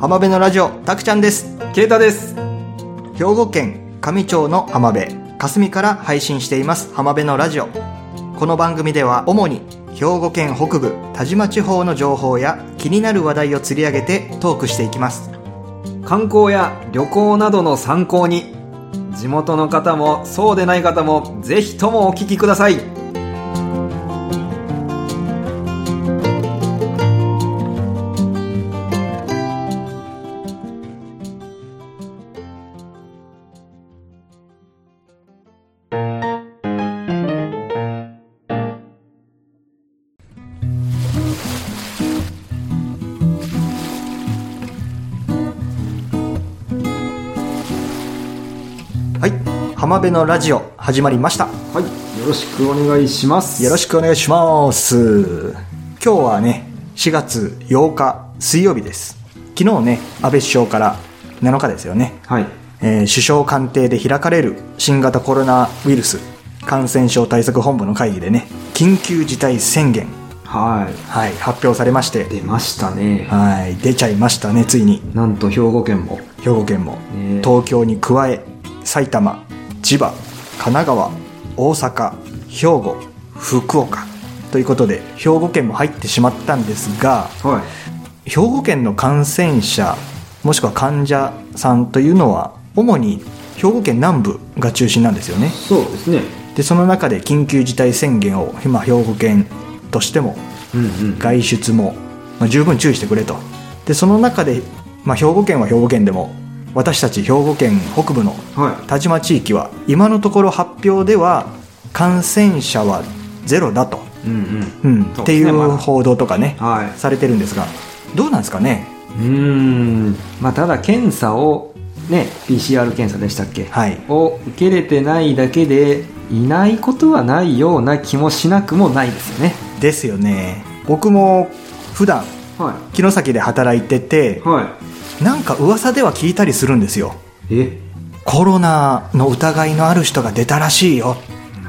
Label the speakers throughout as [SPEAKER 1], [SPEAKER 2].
[SPEAKER 1] 浜辺のラジオたくちゃんです
[SPEAKER 2] ケイタです。
[SPEAKER 1] 兵庫県上町の浜辺霞から配信しています浜辺のラジオこの番組では主に兵庫県北部田島地方の情報や気になる話題を釣り上げてトークしていきます
[SPEAKER 2] 観光や旅行などの参考に、地元の方もそうでない方もぜひともお聞きください。
[SPEAKER 1] はい浜辺のラジオ始まりました
[SPEAKER 2] はい、よろしくお願いします。
[SPEAKER 1] よろしくお願いします今日はね4月8日水曜日です昨日ね安倍首相から7日ですよね
[SPEAKER 2] はい。
[SPEAKER 1] えー首相官邸で開かれる新型コロナウイルス感染症対策本部の会議でね緊急事態宣言、
[SPEAKER 2] は
[SPEAKER 1] はい、発表されまして
[SPEAKER 2] い。出ましたね。
[SPEAKER 1] はい出ちゃいましたねついに
[SPEAKER 2] なんと兵庫県も。
[SPEAKER 1] 兵庫県も、
[SPEAKER 2] ね
[SPEAKER 1] 東京に加え埼玉千葉神奈川大阪兵庫福岡ということで兵庫県も入ってしまったんですが
[SPEAKER 2] は
[SPEAKER 1] 兵庫県の感染者もしくは患者さんというのは主に兵庫県南部が中心なんですよね
[SPEAKER 2] い。そうですね。
[SPEAKER 1] でその中で緊急事態宣言を今兵庫県としても
[SPEAKER 2] うんうん。
[SPEAKER 1] 外出も、まあ、十分注意してくれとでその中で、まあ、兵庫県は兵庫県でも私たち兵庫県北部の
[SPEAKER 2] は
[SPEAKER 1] 田島地域は今のところ発表では感染者はゼロだと、
[SPEAKER 2] い。うんうん。
[SPEAKER 1] うん
[SPEAKER 2] そうですね
[SPEAKER 1] っていう
[SPEAKER 2] まだ
[SPEAKER 1] 報道とかね、
[SPEAKER 2] はい。
[SPEAKER 1] されてるんですがどうなんですかね
[SPEAKER 2] うーん、まあ、ただ検査を、ね、PCR 検査でしたっけ、
[SPEAKER 1] はい
[SPEAKER 2] を受けれてないだけで、いないことはないような気もしなくもないですよね。
[SPEAKER 1] ですよね僕も普段
[SPEAKER 2] は
[SPEAKER 1] 城崎で働いてて
[SPEAKER 2] い。は
[SPEAKER 1] なんか噂では聞いたりするんですよ
[SPEAKER 2] い。え
[SPEAKER 1] コロナの疑いのある人が出たらしいよ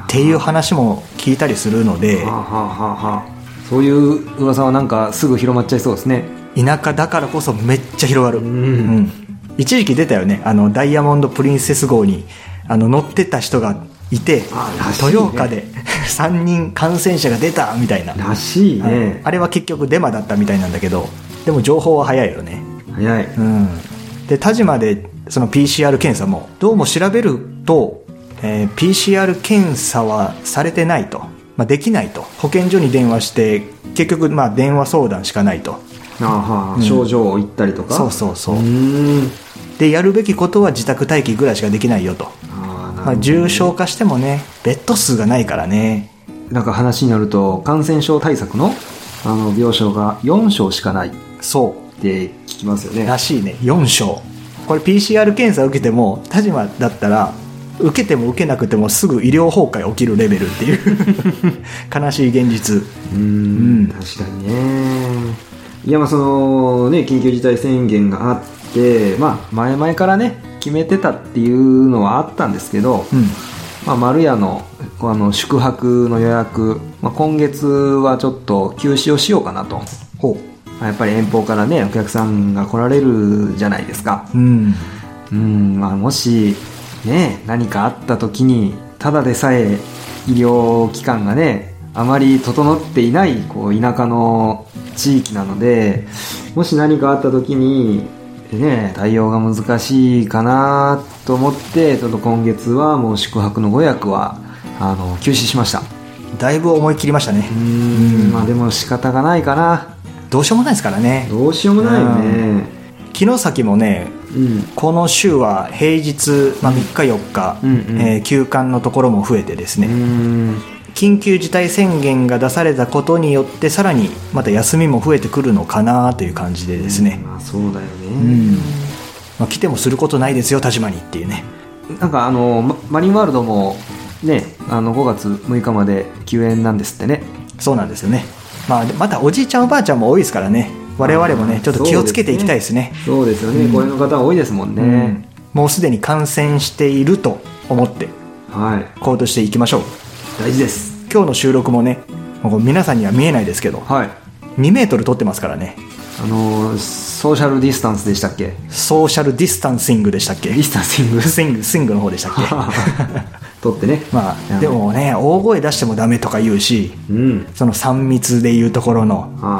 [SPEAKER 1] っていう話も聞いたりするので
[SPEAKER 2] はあ、はあはあはあ、そういう噂はなんかすぐ広まっちゃいそうですね。
[SPEAKER 1] 田舎だからこそめっちゃ広がる、
[SPEAKER 2] ん
[SPEAKER 1] うん一時期出たよねあのダイヤモンド・プリンセス号にあの乗ってた人がいて
[SPEAKER 2] あらしいね
[SPEAKER 1] 豊岡で 3人感染者が出たみたいな、
[SPEAKER 2] らしいね。
[SPEAKER 1] あれは結局デマだったみたいなんだけどでも情報は早いよね
[SPEAKER 2] 早い。
[SPEAKER 1] うん、で田島でその PCR 検査もどうも調べると、えー PCR 検査はされてないと、まあ、できないと保健所に電話して結局まあ電話相談しかないと
[SPEAKER 2] ああはあ、症状を言ったりとか。
[SPEAKER 1] そうそうそう
[SPEAKER 2] うーん。
[SPEAKER 1] でやるべきことは自宅待機ぐらいしかできないよと、
[SPEAKER 2] ああ、な
[SPEAKER 1] まあ、
[SPEAKER 2] るほ
[SPEAKER 1] 重症化してもねベッド数がないからね
[SPEAKER 2] ど。なんか話によると、感染症対策の、あの、病床が4床しかない。
[SPEAKER 1] そ
[SPEAKER 2] って聞きますよ
[SPEAKER 1] う
[SPEAKER 2] ね。
[SPEAKER 1] らしいね4床これ PCR 検査受けても田島だったら受けても受けなくてもすぐ医療崩壊起きるレベルっていう 悲しい現実
[SPEAKER 2] う
[SPEAKER 1] うん
[SPEAKER 2] ん、確かにね。いや、まあその、ね、緊急事態宣言があって、まあ前々からね、決めてたっていうのはあったんですけど、
[SPEAKER 1] うん
[SPEAKER 2] まあ、丸屋のあの宿泊の予約、まあ、今月はちょっと休止をしようかなと、ま
[SPEAKER 1] ほ
[SPEAKER 2] あやっぱり遠方からねお客さんが来られるじゃないですか
[SPEAKER 1] ううん
[SPEAKER 2] うん、まあ、もし、ね、何かあった時に、ただでさえ医療機関がね、あまり整っていない、こう、田舎の地域なので、もし何かあった時に、ね、対応が難しいかなと思って、ちょっと今月はもう宿泊のご予約は、あの、休止しました。
[SPEAKER 1] だいぶ思い切りましたね
[SPEAKER 2] う、ん、まあでも仕方がないかな。
[SPEAKER 1] どうしようもないですからね
[SPEAKER 2] どうしようもないよね。
[SPEAKER 1] 城崎もね
[SPEAKER 2] うん。
[SPEAKER 1] この週は平日、まあ、3日4日、
[SPEAKER 2] うんうん
[SPEAKER 1] えー休館のところも増えてですね、
[SPEAKER 2] うん。
[SPEAKER 1] 緊急事態宣言が出されたことによってさらにまた休みも増えてくるのかなという感じでですね、
[SPEAKER 2] まあそうだよね。
[SPEAKER 1] うんまあ、来てもすることないですよ田島にっていうね
[SPEAKER 2] なんかあのママリンワールドもねあの5月6日まで休園なんですってね
[SPEAKER 1] そうなんですよね、まあ、でまたおじいちゃんおばあちゃんも多いですからね我々も
[SPEAKER 2] あ
[SPEAKER 1] ね
[SPEAKER 2] ー
[SPEAKER 1] ちょっと気をつけていきたいですね
[SPEAKER 2] そうですよね、
[SPEAKER 1] うん
[SPEAKER 2] これの方多いですもん
[SPEAKER 1] うん
[SPEAKER 2] ね、
[SPEAKER 1] もうすでに感染していると思って
[SPEAKER 2] はい
[SPEAKER 1] 行動していきましょう
[SPEAKER 2] 大事です
[SPEAKER 1] 今日の収録もねもう皆さんには見えないですけど
[SPEAKER 2] はい
[SPEAKER 1] 2メートル撮ってますからね
[SPEAKER 2] あのソーシャルディスタンスでしたっけ
[SPEAKER 1] ソーシャルディスタンシングでしたっけ
[SPEAKER 2] ディスタンシング
[SPEAKER 1] スイングスイングの方でした っけ
[SPEAKER 2] 取ってね
[SPEAKER 1] ま
[SPEAKER 2] う
[SPEAKER 1] あ
[SPEAKER 2] ん
[SPEAKER 1] でもね大声出してもダメとか言うし
[SPEAKER 2] うん
[SPEAKER 1] その3密でいうところの、
[SPEAKER 2] はあ、はあ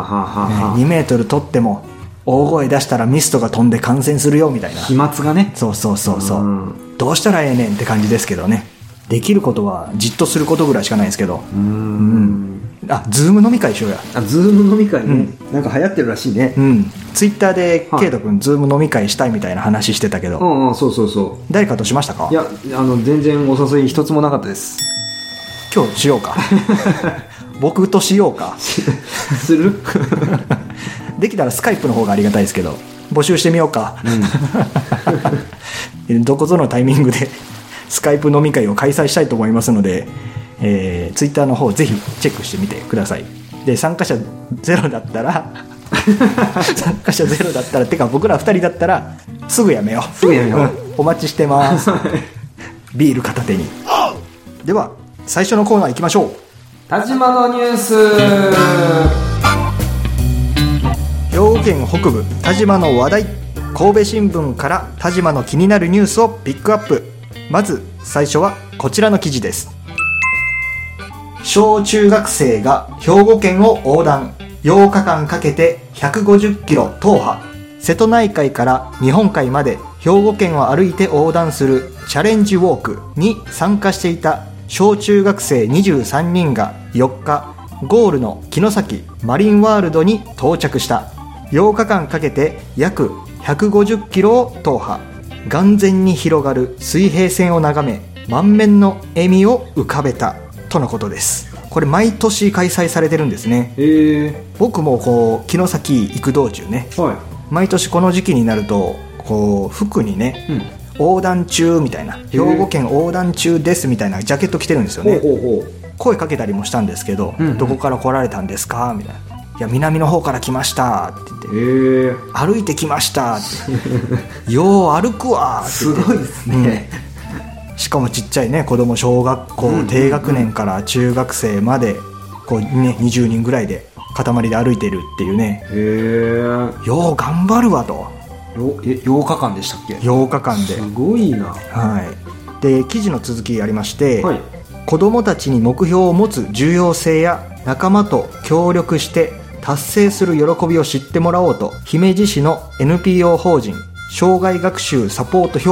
[SPEAKER 2] はあはあ
[SPEAKER 1] 2メートル取っても大声出したらミストが飛んで感染するよみたいな
[SPEAKER 2] 飛沫がね
[SPEAKER 1] そうそうそうそう、
[SPEAKER 2] うん
[SPEAKER 1] どうしたらええねんって感じですけどねできることはじっとすることぐらいしかないですけど
[SPEAKER 2] うーん
[SPEAKER 1] あズーム飲み会しようや
[SPEAKER 2] あズーム飲み会ね、なんか流行ってるらしいね
[SPEAKER 1] うんツイッターで
[SPEAKER 2] はい
[SPEAKER 1] ケイト君ズーム飲み会したいみたいな話してたけど、
[SPEAKER 2] うんうんそうそうそ
[SPEAKER 1] 誰かとしましたか
[SPEAKER 2] ういやあの全然お誘い一つもなかったです
[SPEAKER 1] 今日しよう か僕としようか
[SPEAKER 2] す る
[SPEAKER 1] できたらスカイプの方がありがたいですけど募集してみようか、 どこぞのタイミングで スカイプ飲み会を開催したいと思いますので、えー、ツイッターの方ぜひチェックしてみてくださいで参加者ゼロだった ら参加者ゼロだったらてか僕ら2人だったらすぐやめよう
[SPEAKER 2] すぐやめようん
[SPEAKER 1] お待ちしてます ビール片手にでは最初のコーナー行きましょう
[SPEAKER 2] 田島のニュース
[SPEAKER 1] 兵庫県北部田島の話題神戸新聞から田島の気になるニュースをピックアップまず最初はこちらの記事です小中学生が兵庫県を横断8日間かけて150キロ踏破瀬戸内海から日本海まで兵庫県を歩いて横断するチャレンジウォークに参加していた小中学生23人が4日ゴールの城崎マリンワールドに到着した8日間かけて約150キロを踏破眼前に広がる水平線を眺め満面の笑みを浮かべたとのことですこれ毎年開催されてるんですね
[SPEAKER 2] へえ
[SPEAKER 1] 僕もこう城崎行く道中ね
[SPEAKER 2] はい
[SPEAKER 1] 毎年この時期になるとこう服にね、
[SPEAKER 2] うん
[SPEAKER 1] 横断中みたいな兵庫県横断中ですみたいなジャケット着てるんですよね
[SPEAKER 2] ほうほうほう
[SPEAKER 1] 声かけたりもしたんですけど、
[SPEAKER 2] うん
[SPEAKER 1] どこから来られたんですかみたいな「いや南の方から来ました」って言って
[SPEAKER 2] へえ
[SPEAKER 1] 「歩いてきました」って「よう歩くわ」って
[SPEAKER 2] す
[SPEAKER 1] 言って
[SPEAKER 2] ごいですね、
[SPEAKER 1] しかもちっちゃいね子供小学校、
[SPEAKER 2] うん
[SPEAKER 1] 低学年から中学生までこう、ね、20人ぐらいで塊で歩いてるっていうね
[SPEAKER 2] へえ
[SPEAKER 1] よう頑張るわと
[SPEAKER 2] よえ8日間でしたっけ、
[SPEAKER 1] 8日間です
[SPEAKER 2] ごいな
[SPEAKER 1] はい、で記事の続きありまして、
[SPEAKER 2] はい
[SPEAKER 1] 子どもたちに目標を持つ重要性や仲間と協力して達成する喜びを知ってもらおうと姫路市の NPO 法人障害学習サポート兵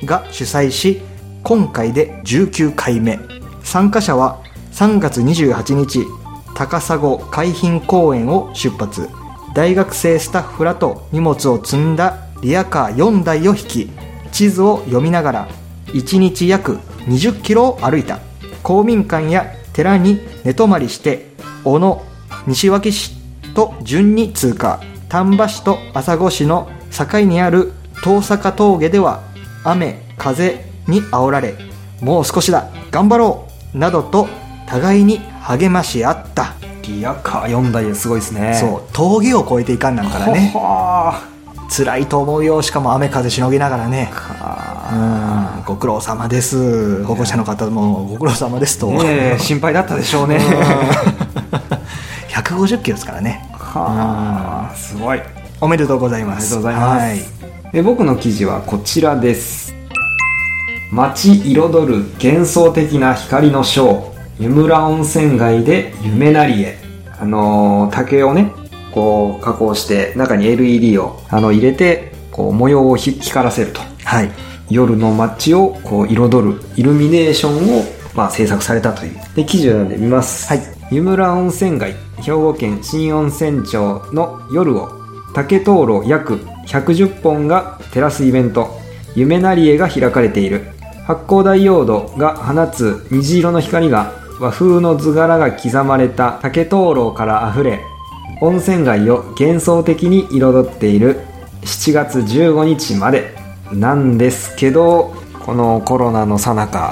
[SPEAKER 1] 庫が主催し今回で19回目参加者は3月28日高砂海浜公園を出発大学生スタッフらと荷物を積んだリアカー4台を引き地図を読みながら1日約20キロを歩いた公民館や寺に寝泊まりして小野西脇市と順に通過丹波市と朝来市の境にある遠坂峠では雨風に煽られもう少しだ頑張ろうなどと互いに励まし合った、
[SPEAKER 2] リアカー4台すごいですね
[SPEAKER 1] そう峠を越えていかんなんからね
[SPEAKER 2] ほほー
[SPEAKER 1] 辛いと思うよしかも雨風しのぎながらね
[SPEAKER 2] か
[SPEAKER 1] うんご苦労様です保護者の方もご苦労様ですと、
[SPEAKER 2] ねえ心配だったでしょう ね
[SPEAKER 1] 150キロですからね
[SPEAKER 2] はあすごい
[SPEAKER 1] おめでとうございま
[SPEAKER 2] ありが
[SPEAKER 1] す
[SPEAKER 2] とうございます、え僕の記事はこちらです街彩る幻想的な光のショー湯村温泉街で夢なりへあのー竹をねこう加工して中に LED をあの入れてこう模様をひ光らせると
[SPEAKER 1] はい、はい
[SPEAKER 2] 夜の街をこう彩るイルミネーションを、まあ、制作されたというで記事を読んでみます、
[SPEAKER 1] はい
[SPEAKER 2] 湯村温泉街兵庫県新温泉町の夜を竹灯籠約110本が照らすイベント夢なり絵が開かれている発光ダイオードが放つ虹色の光が和風の図柄が刻まれた竹灯籠からあふれ温泉街を幻想的に彩っている7月15日までなんですけどこのコロナの 最中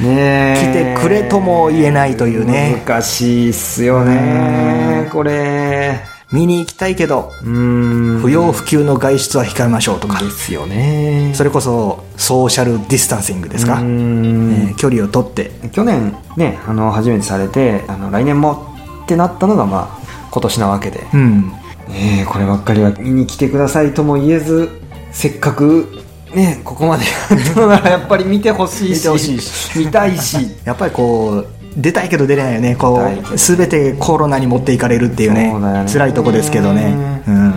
[SPEAKER 2] ねえ
[SPEAKER 1] 来てくれとも言えないというね
[SPEAKER 2] 難しいっすよね
[SPEAKER 1] うん
[SPEAKER 2] これ
[SPEAKER 1] 見に行きたいけど
[SPEAKER 2] うーん
[SPEAKER 1] 不要不急の外出は控えましょうとか、
[SPEAKER 2] ですよね
[SPEAKER 1] それこそソーシャルディスタンシングですか、
[SPEAKER 2] うー
[SPEAKER 1] え
[SPEAKER 2] ん
[SPEAKER 1] ー距離をとって
[SPEAKER 2] 去年ねあの初めてされてあの来年もってなったのがまあ今年なわけで
[SPEAKER 1] うん
[SPEAKER 2] ねえこればっかりは見に来てくださいとも言えずせっかくねえここまでやったのならやっぱり見てほしいし
[SPEAKER 1] 見てほしいし
[SPEAKER 2] 見たいし
[SPEAKER 1] やっぱりこう出たいけど出れないよねこ
[SPEAKER 2] 出たいけど
[SPEAKER 1] う全てコロナに持っていかれるっていうね
[SPEAKER 2] そうだよね
[SPEAKER 1] 辛いとこですけどねうん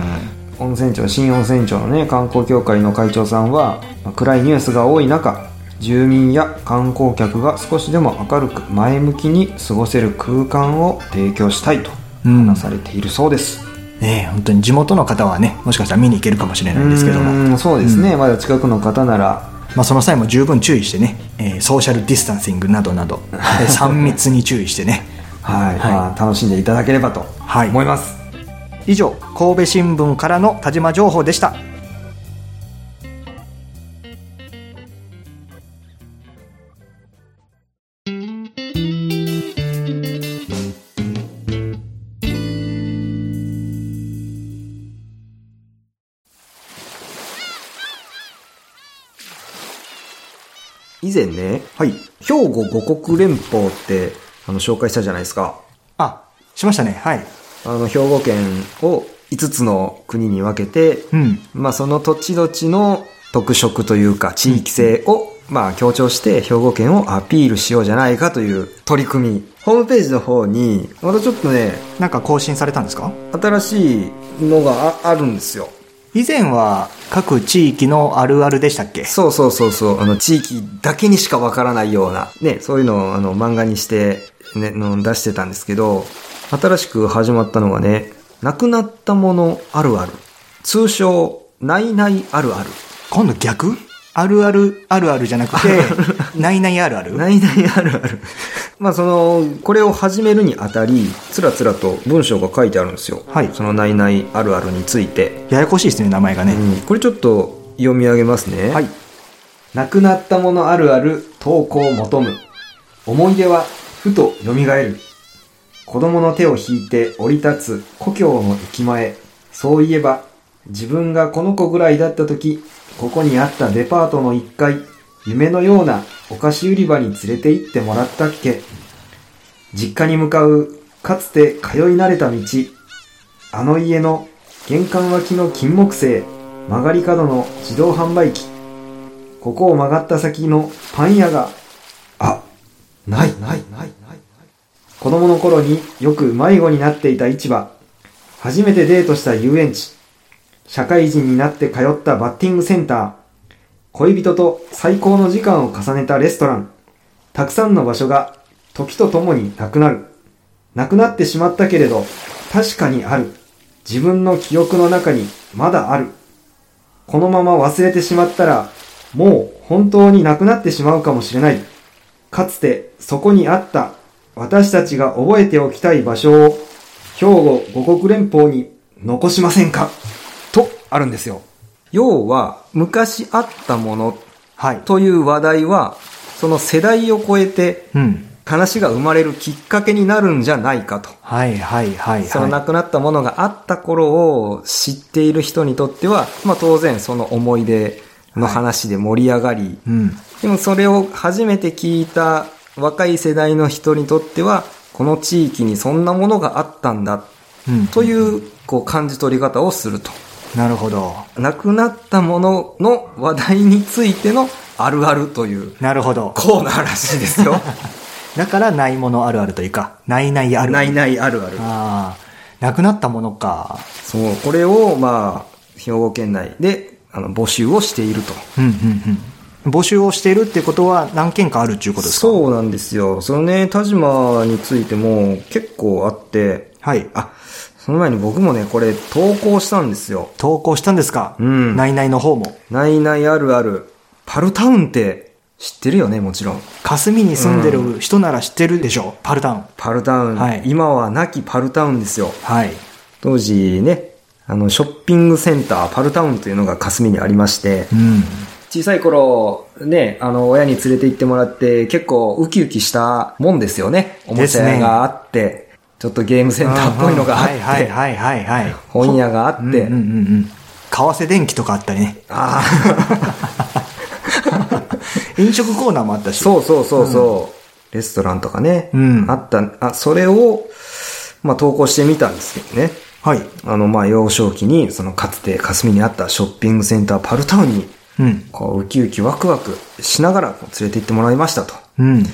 [SPEAKER 2] 温泉町新温泉町のね観光協会の会長さんはまあ暗いニュースが多い中住民や観光客が少しでも明るく前向きに過ごせる空間を提供したいと
[SPEAKER 1] うん
[SPEAKER 2] 話されているそうです、
[SPEAKER 1] ねえ本当に地元の方はねもしかしたら見に行けるかもしれないんですけども
[SPEAKER 2] うんそうですね、まだ近くの方なら
[SPEAKER 1] まあ、その際も十分注意してね、えーソーシャルディスタンシングなどな ど、えー3密に注意してね
[SPEAKER 2] はい、
[SPEAKER 1] はい
[SPEAKER 2] まあ、楽しんでいただければと
[SPEAKER 1] はい
[SPEAKER 2] 思います、
[SPEAKER 1] 以上神戸新聞からの田島情報でした
[SPEAKER 2] 以前ね、はい、兵庫五国連邦ってあの紹介したじゃないですか
[SPEAKER 1] あしましたねはい
[SPEAKER 2] あの兵庫県を5つの国に分けて
[SPEAKER 1] うん
[SPEAKER 2] まあ、その土地土地の特色というか地域性を、まあ、強調して兵庫県をアピールしようじゃないかという取り組み。ホームページの方に、またちょっとね、
[SPEAKER 1] なんか更新されたんですか
[SPEAKER 2] 新しいのがああるんですよ。
[SPEAKER 1] 以前は各地域のあるあるでしたっけ
[SPEAKER 2] そうそうそうそう、あの、地域だけにしかわからないような、ね、そういうのをあの漫画にして、ね、の出してたんですけど、新しく始まったのがね、亡くなったものあるある。通称、ないないあるある。
[SPEAKER 1] 今度逆あるあるあるあるじゃなく てないないあるある
[SPEAKER 2] ないないあるある。 まあその、これを始めるにあたり、つらつらと文章が書いてあるんですよ。
[SPEAKER 1] はい
[SPEAKER 2] そのないないあるあるについて。
[SPEAKER 1] ややこしいですね名前がね、
[SPEAKER 2] うんこれちょっと読み上げますね。
[SPEAKER 1] はい。
[SPEAKER 2] 亡くなったものあるある投稿を求む。思い出はふと蘇る。子供の手を引いて降り立つ故郷の駅前。そういえば、自分がこの子ぐらいだった時、ここにあったデパートの1階、夢のようなお菓子売り場に連れて行ってもらったっけ。実家に向かう、かつて通い慣れた道。あの家の玄関脇の金木犀、曲がり角の自動販売機。ここを曲がった先のパン屋が、あ、ない、ない、ない、ない。子供の頃によく迷子になっていた市場、初めてデートした遊園地、社会人になって通ったバッティングセンター、恋人と最高の時間を重ねたレストラン、たくさんの場所が時とともになくなる。なくなってしまったけれど、確かにある。自分の記憶の中にまだある。このまま忘れてしまったら、もう本当になくなってしまうかもしれない。かつてそこにあった私たちが覚えておきたい場所を兵庫五国連邦に残しませんかとあるんですよ。要は昔あったもの
[SPEAKER 1] はい
[SPEAKER 2] という話題はその世代を超えて
[SPEAKER 1] うん
[SPEAKER 2] 話が生まれるきっかけになるんじゃないかと。
[SPEAKER 1] はいはいはい
[SPEAKER 2] その
[SPEAKER 1] は
[SPEAKER 2] 亡くなったものがあった頃を知っている人にとっては、まあ当然その思い出の話で盛り上がり、
[SPEAKER 1] いうん
[SPEAKER 2] でもそれを初めて聞いた若い世代の人にとっては、この地域にそんなものがあったんだ
[SPEAKER 1] うん
[SPEAKER 2] というこう感じ取り方をすると。
[SPEAKER 1] なるほど
[SPEAKER 2] 亡くなったものの話題についてのあるあるという
[SPEAKER 1] なるほど
[SPEAKER 2] コーナーらしいですよ。
[SPEAKER 1] だからないものあるあるというかないないある
[SPEAKER 2] ないないあるある。
[SPEAKER 1] ああなくなったものか
[SPEAKER 2] そう、これをまあ、兵庫県内であの募集をしていると。
[SPEAKER 1] うんうんうん募集をしているってことは何件かあるっていうことですかう
[SPEAKER 2] そうなんですよ。そのね、田島についても結構あって、
[SPEAKER 1] はいあ
[SPEAKER 2] あ、その前に僕もね、これ投稿したんですよ。
[SPEAKER 1] 投稿したんですか
[SPEAKER 2] うん
[SPEAKER 1] ないないの方も
[SPEAKER 2] ないないあるある。パルタウンって知ってるよね、もちろん。
[SPEAKER 1] 霞に住んでる人なら知ってるでしょ、パルタウン
[SPEAKER 2] パルタウン。
[SPEAKER 1] はい
[SPEAKER 2] 今はなきパルタウンですよ。
[SPEAKER 1] はい
[SPEAKER 2] 当時ね、あの、ショッピングセンター、パルタウンというのが霞にありまして、
[SPEAKER 1] うん
[SPEAKER 2] 小さい頃、ね、あの、親に連れて行ってもらって、結構ウキウキしたもんですよね。おもちゃ屋があって、ちょっとゲームセンターっぽいのがあって、
[SPEAKER 1] はいはいはいはいはい
[SPEAKER 2] 本屋があって、
[SPEAKER 1] うんうんうんうん為替電気とかあったり ね
[SPEAKER 2] あ
[SPEAKER 1] 飲食コーナーもあった
[SPEAKER 2] あ、
[SPEAKER 1] し
[SPEAKER 2] そうそうそうそう、レストランとかね、
[SPEAKER 1] うん
[SPEAKER 2] あった、あ、それを、まあ投稿してみたんですけどね。
[SPEAKER 1] はい。
[SPEAKER 2] あの、まあ、幼少期に、そのかつて霞にあったショッピングセンターパルタウンに、
[SPEAKER 1] うん。
[SPEAKER 2] こう、ウキウキワクワクしながらこう連れて行ってもらいましたと。
[SPEAKER 1] うん。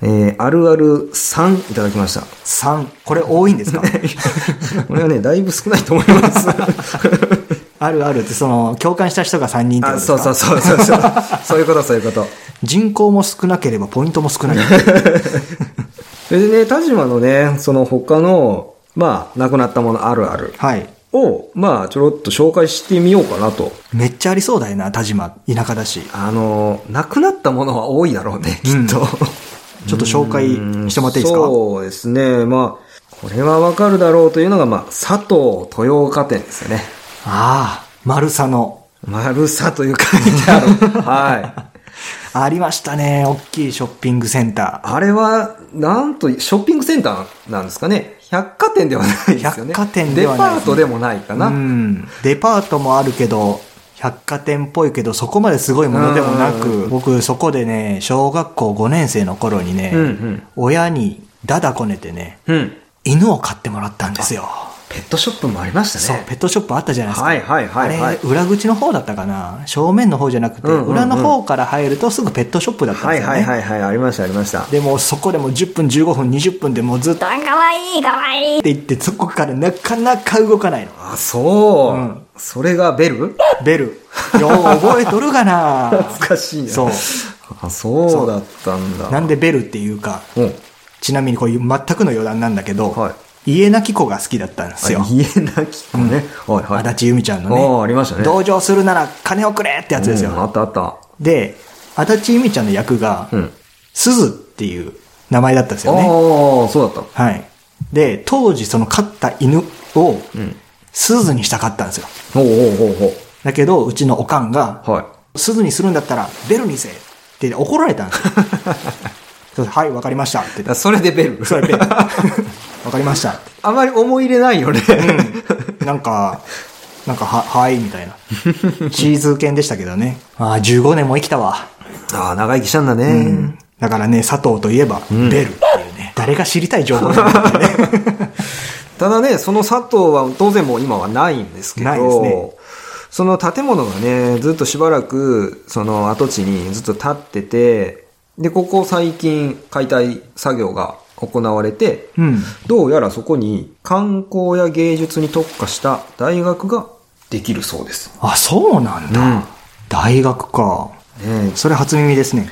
[SPEAKER 2] えー、あるある3いただきました。
[SPEAKER 1] 3。これ多いんですか
[SPEAKER 2] これはね、だいぶ少ないと思い ます。
[SPEAKER 1] あるあるって、その、共感した人が3人ってこと
[SPEAKER 2] あ
[SPEAKER 1] ですか
[SPEAKER 2] そうそうそうそうそう。そういうこと、そういうこと。
[SPEAKER 1] 人口も少なければポイントも少 ない。
[SPEAKER 2] それでね、田島のね、その他の、まあ、なくなったものあるある
[SPEAKER 1] はい。
[SPEAKER 2] を、まあ、ちょろっと紹介してみようかなと。
[SPEAKER 1] めっちゃありそうだよな、田島。田舎だし。
[SPEAKER 2] あの、なくなったものは多いだろうね、きっと。
[SPEAKER 1] ちょっと紹介してもらっていいですか
[SPEAKER 2] そうですね。まあ、これはわかるだろうというのが、まあ、佐藤豊岡店ですよね。
[SPEAKER 1] ああ、丸さの。
[SPEAKER 2] 丸さという書い てある。はい。
[SPEAKER 1] ありましたね。大きいショッピングセンタ
[SPEAKER 2] あれは、なんと、ショッピングセンターなんですかね。百貨店ではないですよね。
[SPEAKER 1] 百貨店ではない
[SPEAKER 2] デパートでもないか
[SPEAKER 1] ー。
[SPEAKER 2] な。
[SPEAKER 1] うん。デパートもあるけど、百貨店っぽいけど、そこまですごいものでもな
[SPEAKER 2] う
[SPEAKER 1] く、僕そこでね、小学校5年生の頃にね、
[SPEAKER 2] うんうん
[SPEAKER 1] 親にダダこねてね、
[SPEAKER 2] うん。
[SPEAKER 1] 犬を飼ってもらったんですよ。
[SPEAKER 2] ペットショップもありました
[SPEAKER 1] そう
[SPEAKER 2] ね、。
[SPEAKER 1] ペットショップあったじゃないですか。
[SPEAKER 2] はいはいはいは
[SPEAKER 1] あ
[SPEAKER 2] い
[SPEAKER 1] れ、。裏口の方だったかな正面の方じゃなくて、
[SPEAKER 2] うんうんうん
[SPEAKER 1] 裏の方から入るとすぐペットショップだったん
[SPEAKER 2] は
[SPEAKER 1] で
[SPEAKER 2] い
[SPEAKER 1] すよね。
[SPEAKER 2] はいはいはい、ありましたありました。
[SPEAKER 1] でもそこでも10分15分20分でもうずっと「かわいいかわいい」って言ってそこからなかなか動かないの
[SPEAKER 2] あ、そ
[SPEAKER 1] う
[SPEAKER 2] う。
[SPEAKER 1] ん
[SPEAKER 2] それがベル
[SPEAKER 1] ベ ルよう覚えとるがな
[SPEAKER 2] 懐かしいな。
[SPEAKER 1] そう
[SPEAKER 2] あ、そうだったんだ。
[SPEAKER 1] なんでベルっていうか
[SPEAKER 2] うん。
[SPEAKER 1] ちなみにこういう全くの余談なんだけど、
[SPEAKER 2] はい
[SPEAKER 1] 家なき子が好きだったんですよ
[SPEAKER 2] あ家なき子ね。はいはい。
[SPEAKER 1] 足立由美ちゃんの
[SPEAKER 2] ああ
[SPEAKER 1] ね
[SPEAKER 2] ありましたね。
[SPEAKER 1] 同情するなら金をくれってやつです
[SPEAKER 2] うんあ
[SPEAKER 1] よ
[SPEAKER 2] ったあった。
[SPEAKER 1] で足立由美ちゃんの役が
[SPEAKER 2] うん。
[SPEAKER 1] 鈴っていう名前だったんですよね
[SPEAKER 2] ああ、そうだっ
[SPEAKER 1] はいで当時その飼った犬を
[SPEAKER 2] た。うん。
[SPEAKER 1] 鈴にしたかったんですよ
[SPEAKER 2] ほうほうほうほ
[SPEAKER 1] だけど、うちのおかんが、
[SPEAKER 2] う。はい。
[SPEAKER 1] 鈴にするんだったら、ベルにせえって怒られたん ですよそう。はい、わかりましたって言
[SPEAKER 2] だ
[SPEAKER 1] っ
[SPEAKER 2] それでベル
[SPEAKER 1] て。それで、 わかりましたっ
[SPEAKER 2] あまり思い入れないよね。
[SPEAKER 1] て。なんか、なんか、は、はい、みたいな。チーズ犬でしたけどね。ああ、15年も生きたわ。
[SPEAKER 2] ああ、長生きしたんだ
[SPEAKER 1] う
[SPEAKER 2] ね。
[SPEAKER 1] ん。だからね、佐藤といえば、ベルっていうね。誰が知りたい情報 なんだよね。
[SPEAKER 2] ただね、その佐藤は当然もう今はないんですけど、
[SPEAKER 1] ないですね
[SPEAKER 2] その建物がね、ずっとしばらく、その跡地にずっと立ってて、で、ここ最近解体作業が行われて、
[SPEAKER 1] うん。
[SPEAKER 2] どうやらそこに観光や芸術に特化した大学ができるそうです。
[SPEAKER 1] あ、そうなんだ。
[SPEAKER 2] うん
[SPEAKER 1] 大学か。
[SPEAKER 2] ね
[SPEAKER 1] それ初耳ですね。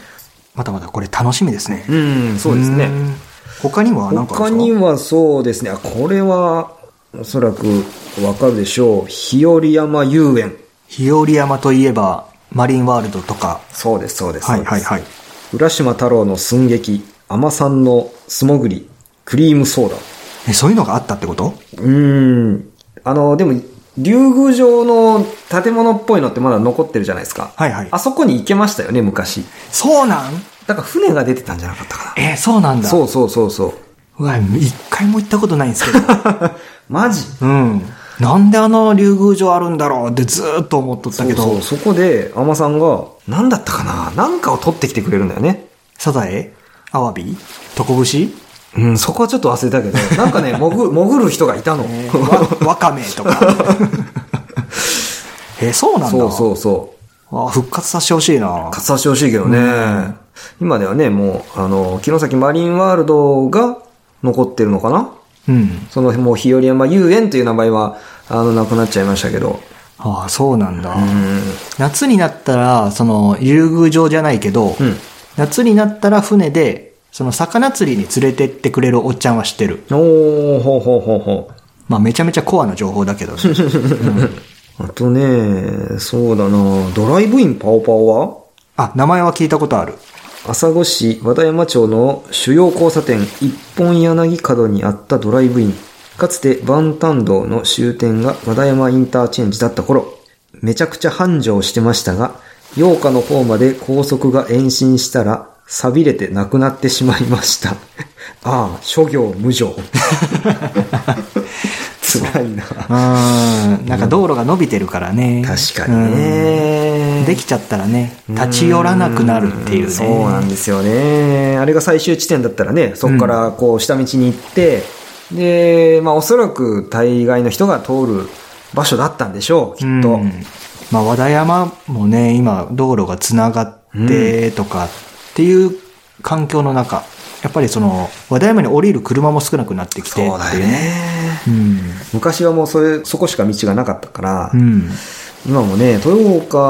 [SPEAKER 1] またまたこれ楽しみですね。
[SPEAKER 2] えうん、そうですね。
[SPEAKER 1] ん。他には何かあ
[SPEAKER 2] 他
[SPEAKER 1] るんで
[SPEAKER 2] に
[SPEAKER 1] すか
[SPEAKER 2] はそうですね、あこれはおそらくわかるでしょう。日和山遊園。
[SPEAKER 1] 日和山といえば、マリンワールドとか。
[SPEAKER 2] そうです、そうです。
[SPEAKER 1] はいはいはい。
[SPEAKER 2] 浦島太郎の寸劇、海さんの素潜り、クリームソーダ。
[SPEAKER 1] え、そういうのがあったってこと
[SPEAKER 2] うーん。あの、でも、竜宮城の建物っぽいのってまだ残ってるじゃないですか。
[SPEAKER 1] はいはい
[SPEAKER 2] あ。そこに行けましたよね、昔。
[SPEAKER 1] そうなん
[SPEAKER 2] だから船が出てたんじゃなかったか
[SPEAKER 1] え、そうなん
[SPEAKER 2] な。
[SPEAKER 1] だ。。
[SPEAKER 2] そううそうそうそう。
[SPEAKER 1] うわ、一回も行ったことないんですけど。
[SPEAKER 2] マジ
[SPEAKER 1] うん。なんであの竜宮城あるんだろうってずーっと思っとったけど。
[SPEAKER 2] そうそう、そこで、海さんが、何だったかななんかを取ってきてくれるんだよね。
[SPEAKER 1] サザエアワビトコブシ、
[SPEAKER 2] うん、そこはちょっと忘れたけど、なんかね、潜潜る人がいた の。
[SPEAKER 1] えーわワカメと か。え、そうなんだ。
[SPEAKER 2] そうそうそう。
[SPEAKER 1] あ復活させてほしいな。
[SPEAKER 2] 活動してほしいけどね。
[SPEAKER 1] うん
[SPEAKER 2] 今ではね、もう、あの、城崎マリンワールドが残ってるのかな
[SPEAKER 1] うん。
[SPEAKER 2] その、もう日和山遊園という名前は、あの、なくなっちゃいましたけど。
[SPEAKER 1] ああ、そうなんだ。
[SPEAKER 2] うん。
[SPEAKER 1] 夏になったら、その、遊具場じゃないけど、
[SPEAKER 2] うん。
[SPEAKER 1] 夏になったら船で、その魚釣りに連れてってくれるおっちゃんは知ってる。
[SPEAKER 2] おー、ほうほうほうほう。
[SPEAKER 1] まあめちゃめちゃコアな情報だけどね。
[SPEAKER 2] あとね、そうだなドライブインパオパオは
[SPEAKER 1] あ、名前は聞いたことある。
[SPEAKER 2] 朝来市和田山町の主要交差点一本柳角にあったドライブイン。かつて万丹道の終点が和田山インターチェンジだった頃、めちゃくちゃ繁盛してましたが、陽花の方まで高速が延伸したら、錆びれてなくなってしまいました。 ああ、諸行無 常。辛い
[SPEAKER 1] う
[SPEAKER 2] な。
[SPEAKER 1] ーん。なんか道路が伸びてるからね。
[SPEAKER 2] 確かに
[SPEAKER 1] うん
[SPEAKER 2] ね。
[SPEAKER 1] できちゃったらね、立ち寄らなくなるっていうね。
[SPEAKER 2] そうなんですよね。あれが最終地点だったらね、そこからこう下道に行って、で、まあ、おそらく大概の人が通る場所だったんでしょう、きっと。
[SPEAKER 1] うんまあ、和田山もね、今、道路がつながってとかっていう環境の中、やっぱりその、和田山に降りる車も少なくなってきてってい
[SPEAKER 2] そうだよね。
[SPEAKER 1] うん。
[SPEAKER 2] 昔はもうそれ、そこしか道がなかったから、
[SPEAKER 1] うん。
[SPEAKER 2] 今もね、豊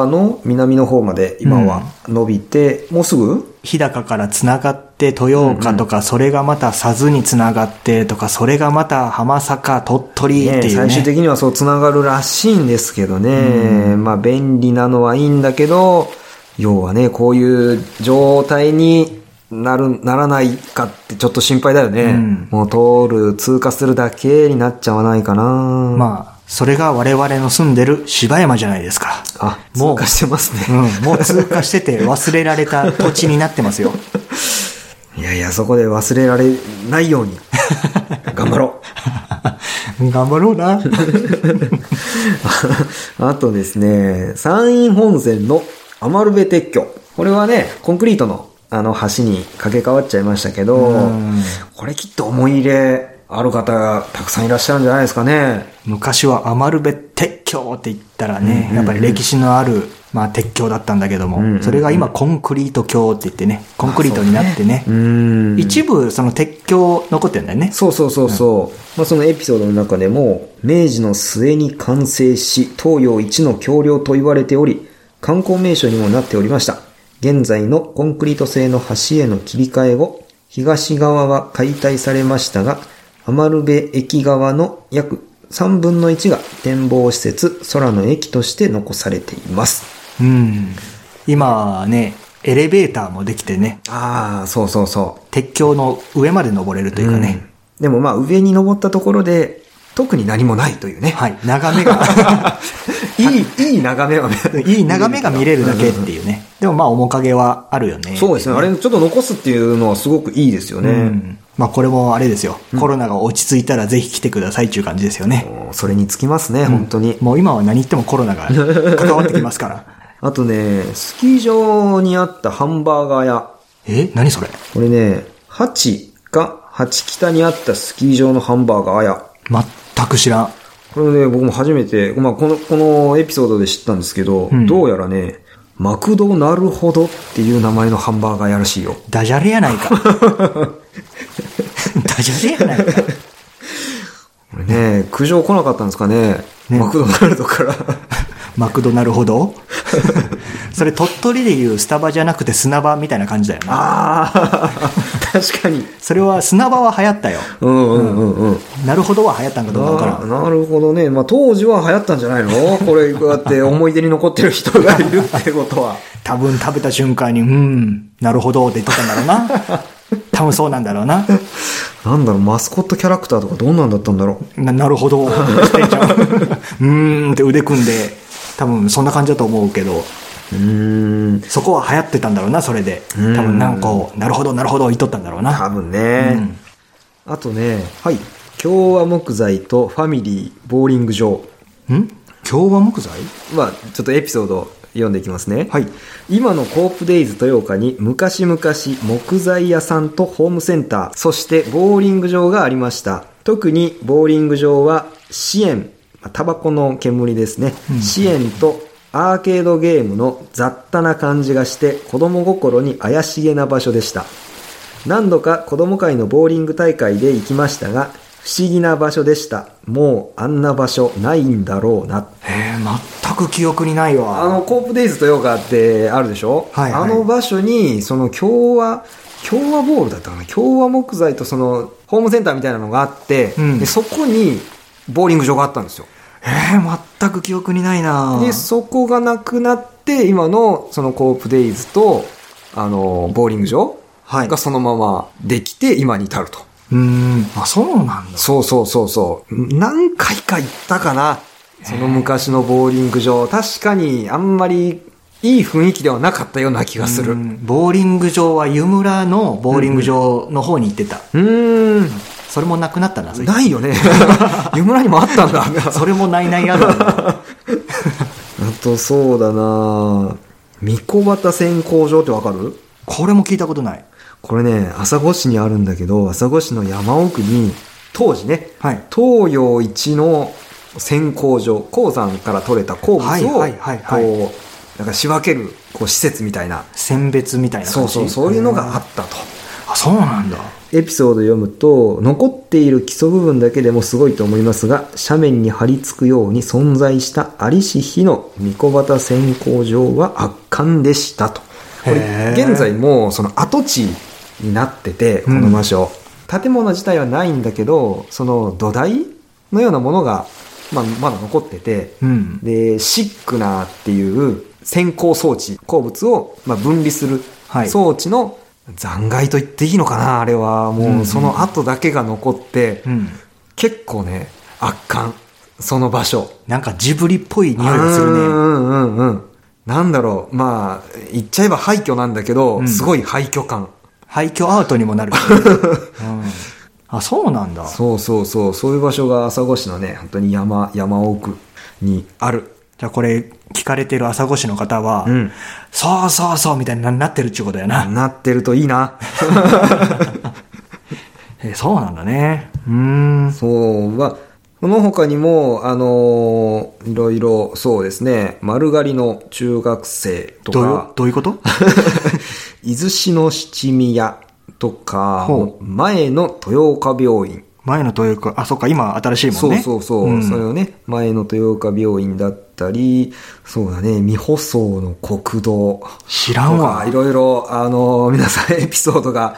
[SPEAKER 2] 岡の南の方まで今は伸びて、もうすぐ
[SPEAKER 1] 日高からつながって豊岡とか、それがまた佐津につながってとか、それがまた浜坂、鳥取って
[SPEAKER 2] ね
[SPEAKER 1] いうね。
[SPEAKER 2] 最終的にはそう繋がるらしいんですけどね、まあ便利なのはいいんだけど、要はね、こういう状態になる、ならないかってちょっと心配だよね。
[SPEAKER 1] うん
[SPEAKER 2] もう通る、通過するだけになっちゃわないかな。あ。
[SPEAKER 1] まあ、それが我々の住んでる芝山じゃないですか。
[SPEAKER 2] あ、
[SPEAKER 1] もう
[SPEAKER 2] 通過してます
[SPEAKER 1] う
[SPEAKER 2] ね。
[SPEAKER 1] ん。もう通過してて忘れられた土地になってますよ。
[SPEAKER 2] いやいや、そこで忘れられないよ うに。頑張ろう。
[SPEAKER 1] 頑張ろうな。
[SPEAKER 2] あとですね、山陰本線の余部撤去。これはね、コンクリートのあの橋に掛け替わっちゃいましたけど
[SPEAKER 1] うん、
[SPEAKER 2] これきっと思い入れある方がたくさんいらっしゃるんじゃないですかね。
[SPEAKER 1] 昔は余るべ鉄橋って言ったらね、やっぱり歴史のある、まあ、鉄橋だったんだけども、
[SPEAKER 2] んうんうん
[SPEAKER 1] それが今コンクリート橋って言ってね、コンクリートになってね、
[SPEAKER 2] うん。
[SPEAKER 1] 一部その鉄橋残ってんだよね。
[SPEAKER 2] そうそうそうそう。まあ、そのエピソードの中でも、明治の末に完成し、東洋一の橋梁と言われており、観光名所にもなっておりました。現在のコンクリート製の橋への切り替え後、東側は解体されましたが、余部駅側の約3分の1が展望施設、空の駅として残されています。
[SPEAKER 1] うん。今ね、エレベーターもできてね、
[SPEAKER 2] ああ、そうそうそう。
[SPEAKER 1] 鉄橋の上まで登れるというかね、
[SPEAKER 2] でもまあ、上に登ったところで、特に何もないというね。
[SPEAKER 1] はい、眺め が、
[SPEAKER 2] いい、いい眺めはね。
[SPEAKER 1] いい眺めが見れるだけっていうね。でもまあ面影はあるよね。
[SPEAKER 2] そうですね。あれ、ちょっと残すっていうのはすごくいいですよ
[SPEAKER 1] う
[SPEAKER 2] ね。
[SPEAKER 1] ん。まあこれもあれですよ、コロナが落ち着いたらぜひ来てくださいっていう感じですよね。
[SPEAKER 2] もうそれにつきますね、本当に。
[SPEAKER 1] もう今は何言ってもコロナが関わってきますから。
[SPEAKER 2] あとね、スキー場にあったハンバーガー屋。
[SPEAKER 1] え何それ
[SPEAKER 2] これね、八が八北にあったスキー場のハンバーガー屋。
[SPEAKER 1] 全く知らん。
[SPEAKER 2] これね、僕も初めて、まあ、この、このエピソードで知ったんですけど、
[SPEAKER 1] うん
[SPEAKER 2] どうやらね、マクドナルほどっていう名前のハンバーガー屋らしいよ。
[SPEAKER 1] ダジャレや ないか。ダジャレやないか。
[SPEAKER 2] これね、苦情来なかったんですかね。
[SPEAKER 1] ね
[SPEAKER 2] マクドナルドから。
[SPEAKER 1] マクドナルほ どそれ鳥取でいうスタバじゃなくて砂場みたいな感じだよな。
[SPEAKER 2] ああ、確かに。
[SPEAKER 1] それは砂場は流行ったよ。
[SPEAKER 2] うんうんうんうん。
[SPEAKER 1] なるほどは流行ったんかどうかわから。
[SPEAKER 2] なんなるほどね。まあ、当時は流行ったんじゃないのこれ、こうやって思い出に残ってる人がいるってことは。
[SPEAKER 1] 多分食べた瞬間に、うん、なるほどって言ってたんだろう な。多分そうなんだろうな。
[SPEAKER 2] なんだろう、マスコットキャラクターとかどんなんだったんだろ
[SPEAKER 1] ななるほ どしてんちゃううーんって腕組んで多分そんな感じだと思うけど
[SPEAKER 2] う。うーん。
[SPEAKER 1] そこは流行ってたんだろうなそれで
[SPEAKER 2] うん
[SPEAKER 1] 多分なんかこうなるほどなるほど言っとったんだろうな
[SPEAKER 2] 多分ね。あとね、はい。共和木材とファミリーボーリング場。
[SPEAKER 1] ん共和木材
[SPEAKER 2] まあ、ちょっとエピソード読んでいきますね。
[SPEAKER 1] はい
[SPEAKER 2] 今のコープデイズ豊岡に昔々木材屋さんとホームセンター、そしてボーリング場がありました。特にボーリング場は支援、まあタバコの煙ですね。
[SPEAKER 1] うん
[SPEAKER 2] 支援とアーケードゲームの雑多な感じがして子供心に怪しげな場所でした。何度か子供会のボーリング大会で行きましたが、不思議な場所でした。もうあんな場所ないんだろうな。
[SPEAKER 1] えー、全く記憶にない
[SPEAKER 2] あ
[SPEAKER 1] わ
[SPEAKER 2] の、コープデイズとヨガってあるでしょ
[SPEAKER 1] はいはい
[SPEAKER 2] あの場所に、その共和、共和ボールだったかな共和木材とその、ホームセンターみたいなのがあって、
[SPEAKER 1] うん
[SPEAKER 2] でそこに、ボーリング場があったんですよ。
[SPEAKER 1] えー、全く記憶にないな
[SPEAKER 2] で、そこがなくなって、今の、そのコープデイズと、あの、ボーリング場
[SPEAKER 1] はい
[SPEAKER 2] がそのままできて、今に至ると。
[SPEAKER 1] うーんあそうなんだ
[SPEAKER 2] そうそうそうそう。何回か行ったかなその昔のボーリング場。確かにあんまりいい雰囲気ではなかったような気がする。
[SPEAKER 1] う
[SPEAKER 2] うん
[SPEAKER 1] ボーリング場は湯村のボーリング場の方に行ってた、
[SPEAKER 2] ーん。
[SPEAKER 1] それもなくなったなそれ
[SPEAKER 2] ないよ ね。湯村にもあった んだ。あ
[SPEAKER 1] それもないないあ るある
[SPEAKER 2] とそうだな三子畑線工場ってわかる
[SPEAKER 1] これも聞いたことない
[SPEAKER 2] これね、朝来市にあるんだけど、朝来市の山奥に当時ね、
[SPEAKER 1] はい。
[SPEAKER 2] 東洋一の選鉱場鉱山から取れた鉱物を、
[SPEAKER 1] はいはいはいはい
[SPEAKER 2] こうなんか仕分けるこう施設みたいな
[SPEAKER 1] 選別みたいな
[SPEAKER 2] そ
[SPEAKER 1] 感
[SPEAKER 2] う
[SPEAKER 1] じ
[SPEAKER 2] そうそういうのがあったと。
[SPEAKER 1] あ、そうなんだ。
[SPEAKER 2] エピソード読むと残っている基礎部分だけでもすごいと思いますが斜面に張り付くように存在した在りし日の御子畑選鉱場は圧巻でしたとこれ
[SPEAKER 1] へー
[SPEAKER 2] 現在もその跡地になっててこの場所、建物自体はないんだけどその土台のようなものが、まあ、まだ残ってて
[SPEAKER 1] うん。
[SPEAKER 2] でシックナーっていう先行装置鉱物をまあ分離する
[SPEAKER 1] はい
[SPEAKER 2] 装置の残骸と言っていいのかなあれは
[SPEAKER 1] うん
[SPEAKER 2] も
[SPEAKER 1] うん
[SPEAKER 2] うその跡だけが残って
[SPEAKER 1] うん。
[SPEAKER 2] 結構ね圧巻その場所
[SPEAKER 1] なんかジブリっぽい匂いがす
[SPEAKER 2] う
[SPEAKER 1] るね。
[SPEAKER 2] んうんうんうんなんだろうまあ言っちゃえば廃墟なんだけど、
[SPEAKER 1] うん
[SPEAKER 2] すごい廃墟感
[SPEAKER 1] 廃墟アートにもな るけどね、うん。あ、そうなんだ。
[SPEAKER 2] そうそうそうそういう場所が朝来市のね本当に山山奥にある
[SPEAKER 1] じゃあこれ、聞かれてる朝越しの方は、
[SPEAKER 2] うん
[SPEAKER 1] そうそうそうみたいにななってるっちゅうことやな。
[SPEAKER 2] なってるといいな
[SPEAKER 1] えそうなんだね。うーん。
[SPEAKER 2] そう、まあ、その他にも、あのーいろいろ、そうですね、丸刈りの中学生と
[SPEAKER 1] どうよ
[SPEAKER 2] か、
[SPEAKER 1] どういうこと
[SPEAKER 2] 伊豆市の七味屋とか
[SPEAKER 1] ほ、
[SPEAKER 2] 前の豊岡病院。
[SPEAKER 1] 前のというか、あ、そっか、今新しいも
[SPEAKER 2] そ
[SPEAKER 1] ん
[SPEAKER 2] う
[SPEAKER 1] ね。
[SPEAKER 2] そうそう、
[SPEAKER 1] ん
[SPEAKER 2] それをね、前の豊岡病院だったり、そうだね、未舗装の国道
[SPEAKER 1] 知
[SPEAKER 2] と
[SPEAKER 1] らんわ
[SPEAKER 2] か、い。ろいろ、あのー皆さんエピソードが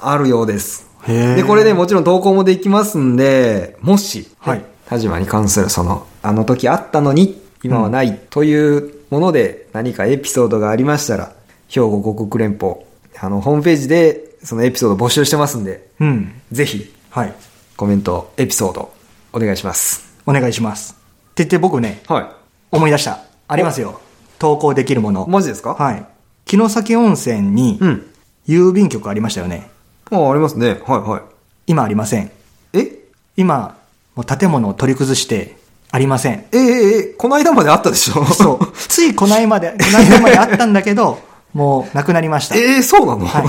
[SPEAKER 2] あるようです。
[SPEAKER 1] へー
[SPEAKER 2] で、これね、もちろん投稿もできますんで、もし、
[SPEAKER 1] はい
[SPEAKER 2] 田島に関するその、あの時あったのに、今はないというもので、何かエピソードがありましたら、兵庫五国連邦、あの、ホームページで、そのエピソード募集してますんで、
[SPEAKER 1] うん。
[SPEAKER 2] ぜひ、
[SPEAKER 1] はい。
[SPEAKER 2] コメント、エピソード、お願いします。
[SPEAKER 1] お願いします。って言って僕ね、
[SPEAKER 2] は
[SPEAKER 1] 思い出した。ありますよ。投稿できるもの。
[SPEAKER 2] マジですか
[SPEAKER 1] はい。城崎温泉に
[SPEAKER 2] う、ん。
[SPEAKER 1] 郵便局ありましたよね。
[SPEAKER 2] あ、ありますね。はい、は
[SPEAKER 1] 今ありません。
[SPEAKER 2] い。え
[SPEAKER 1] 今、もう建物を取り崩して、ありません。
[SPEAKER 2] えええ、この間まであったでしょ
[SPEAKER 1] そう。ついこの間まで、この間まであったんだけど、もうなくなりました。
[SPEAKER 2] ええそうなの、
[SPEAKER 1] はい。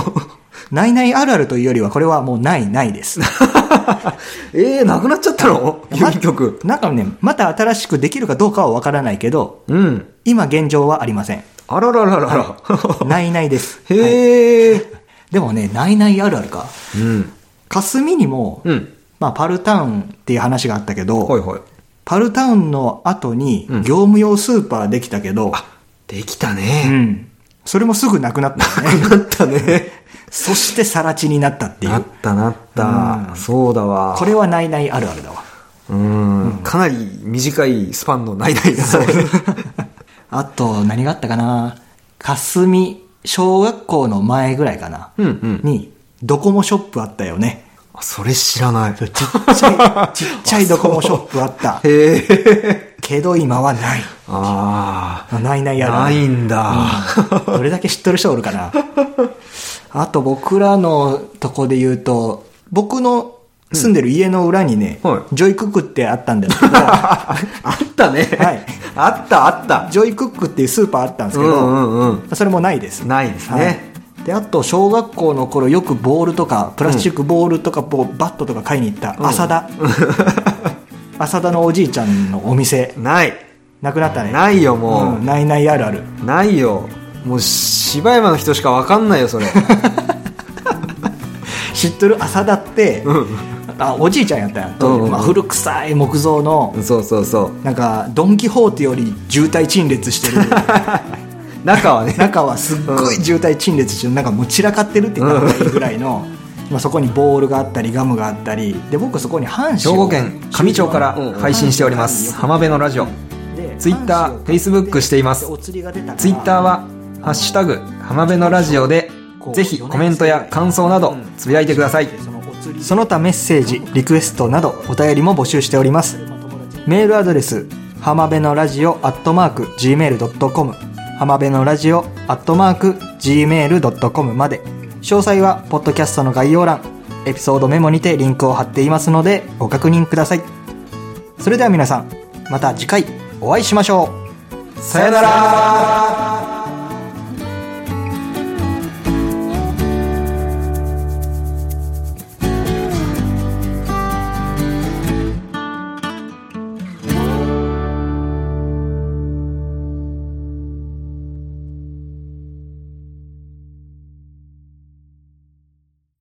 [SPEAKER 1] ないないあるあるというよりは、これはもうないないです。
[SPEAKER 2] ええなくなっちゃったの
[SPEAKER 1] ま
[SPEAKER 2] 郵便局。
[SPEAKER 1] なんかね、また新しくできるかどうかはわからないけど、
[SPEAKER 2] うん。
[SPEAKER 1] 今現状はありま せん。
[SPEAKER 2] あららららら。
[SPEAKER 1] ないないです。はい
[SPEAKER 2] へえ、
[SPEAKER 1] でもね、ないないあるあるか。
[SPEAKER 2] うん。
[SPEAKER 1] 霞にも、
[SPEAKER 2] うん。
[SPEAKER 1] まあ、パルタウンっていう話があったけど、
[SPEAKER 2] はいはい。
[SPEAKER 1] パルタウンの後に
[SPEAKER 2] うん
[SPEAKER 1] 業務用スーパーできたけど、
[SPEAKER 2] できた
[SPEAKER 1] うん
[SPEAKER 2] ね。
[SPEAKER 1] それもすぐなくなったよね。
[SPEAKER 2] なったね。
[SPEAKER 1] そして更地になったってい
[SPEAKER 2] なっ
[SPEAKER 1] う。
[SPEAKER 2] たなっ
[SPEAKER 1] う
[SPEAKER 2] た。
[SPEAKER 1] ん
[SPEAKER 2] そうだわ。
[SPEAKER 1] これはないないあるあるだわ。
[SPEAKER 2] うん。かなり短いスパンのないないだ そう
[SPEAKER 1] あと、何があったかな霞小学校の前ぐらいかな、
[SPEAKER 2] うんうん
[SPEAKER 1] に、ドコモショップあったよね。
[SPEAKER 2] あそれ知らない。
[SPEAKER 1] ちっちゃい、ちっちゃいドコモショップあった。
[SPEAKER 2] へえ。
[SPEAKER 1] けど今はない。
[SPEAKER 2] ああ。
[SPEAKER 1] ないないやら
[SPEAKER 2] ないんだ。
[SPEAKER 1] どれだけ知っとる人おるかな。あと僕らのとこで言うと、僕の住んでる家の裏にね、
[SPEAKER 2] うんはい
[SPEAKER 1] ジョイクックってあったんだけど、
[SPEAKER 2] あったね。
[SPEAKER 1] はい。
[SPEAKER 2] あったあ った。
[SPEAKER 1] ジョイクックっていうスーパーあったんです
[SPEAKER 2] う
[SPEAKER 1] けど、
[SPEAKER 2] んうんうん。
[SPEAKER 1] それもないです。
[SPEAKER 2] ないです
[SPEAKER 1] は
[SPEAKER 2] ね
[SPEAKER 1] い。で、あと小学校の頃よくボールとか、プラスチックボールとか、こうバットとか買いに行った浅 田。浅田のおじいちゃんのお店、
[SPEAKER 2] ない。
[SPEAKER 1] なくなったね。
[SPEAKER 2] ないよも
[SPEAKER 1] うんないないあるある。
[SPEAKER 2] う。ないよ。もう芝山の人しかわかんないよ、それ。
[SPEAKER 1] 知っとる浅田って、
[SPEAKER 2] う
[SPEAKER 1] あおじいちゃんやったんや当時、
[SPEAKER 2] うんうんうん
[SPEAKER 1] まあ、古臭い木造の
[SPEAKER 2] ん。 そうそうそう。
[SPEAKER 1] なんかドン・キホーテより渋滞陳列して る
[SPEAKER 2] 中はね。
[SPEAKER 1] 中はすっごい渋滞陳列してるなんかもう散らかってるって言った方がいいぐらいの、まあ、そこにボールがあったりガムがあったりで僕そこに阪神
[SPEAKER 2] 兵庫県上町から配信しております浜辺のラジオツイッター Facebook していますツイッターは「ハッシュタグ浜辺のラジオで」ぜひコメントや感想などつぶやいてください
[SPEAKER 1] その他メッセージリクエストなどお便りも募集しておりますメールアドレス浜辺のラジオアットマーク Gmail.com 浜辺のラジオアットマーク Gmail.com まで詳細はポッドキャストの概要欄エピソードメモにてリンクを貼っていますのでご確認くださいそれでは皆さんまた次回お会いしましょう
[SPEAKER 2] さよなら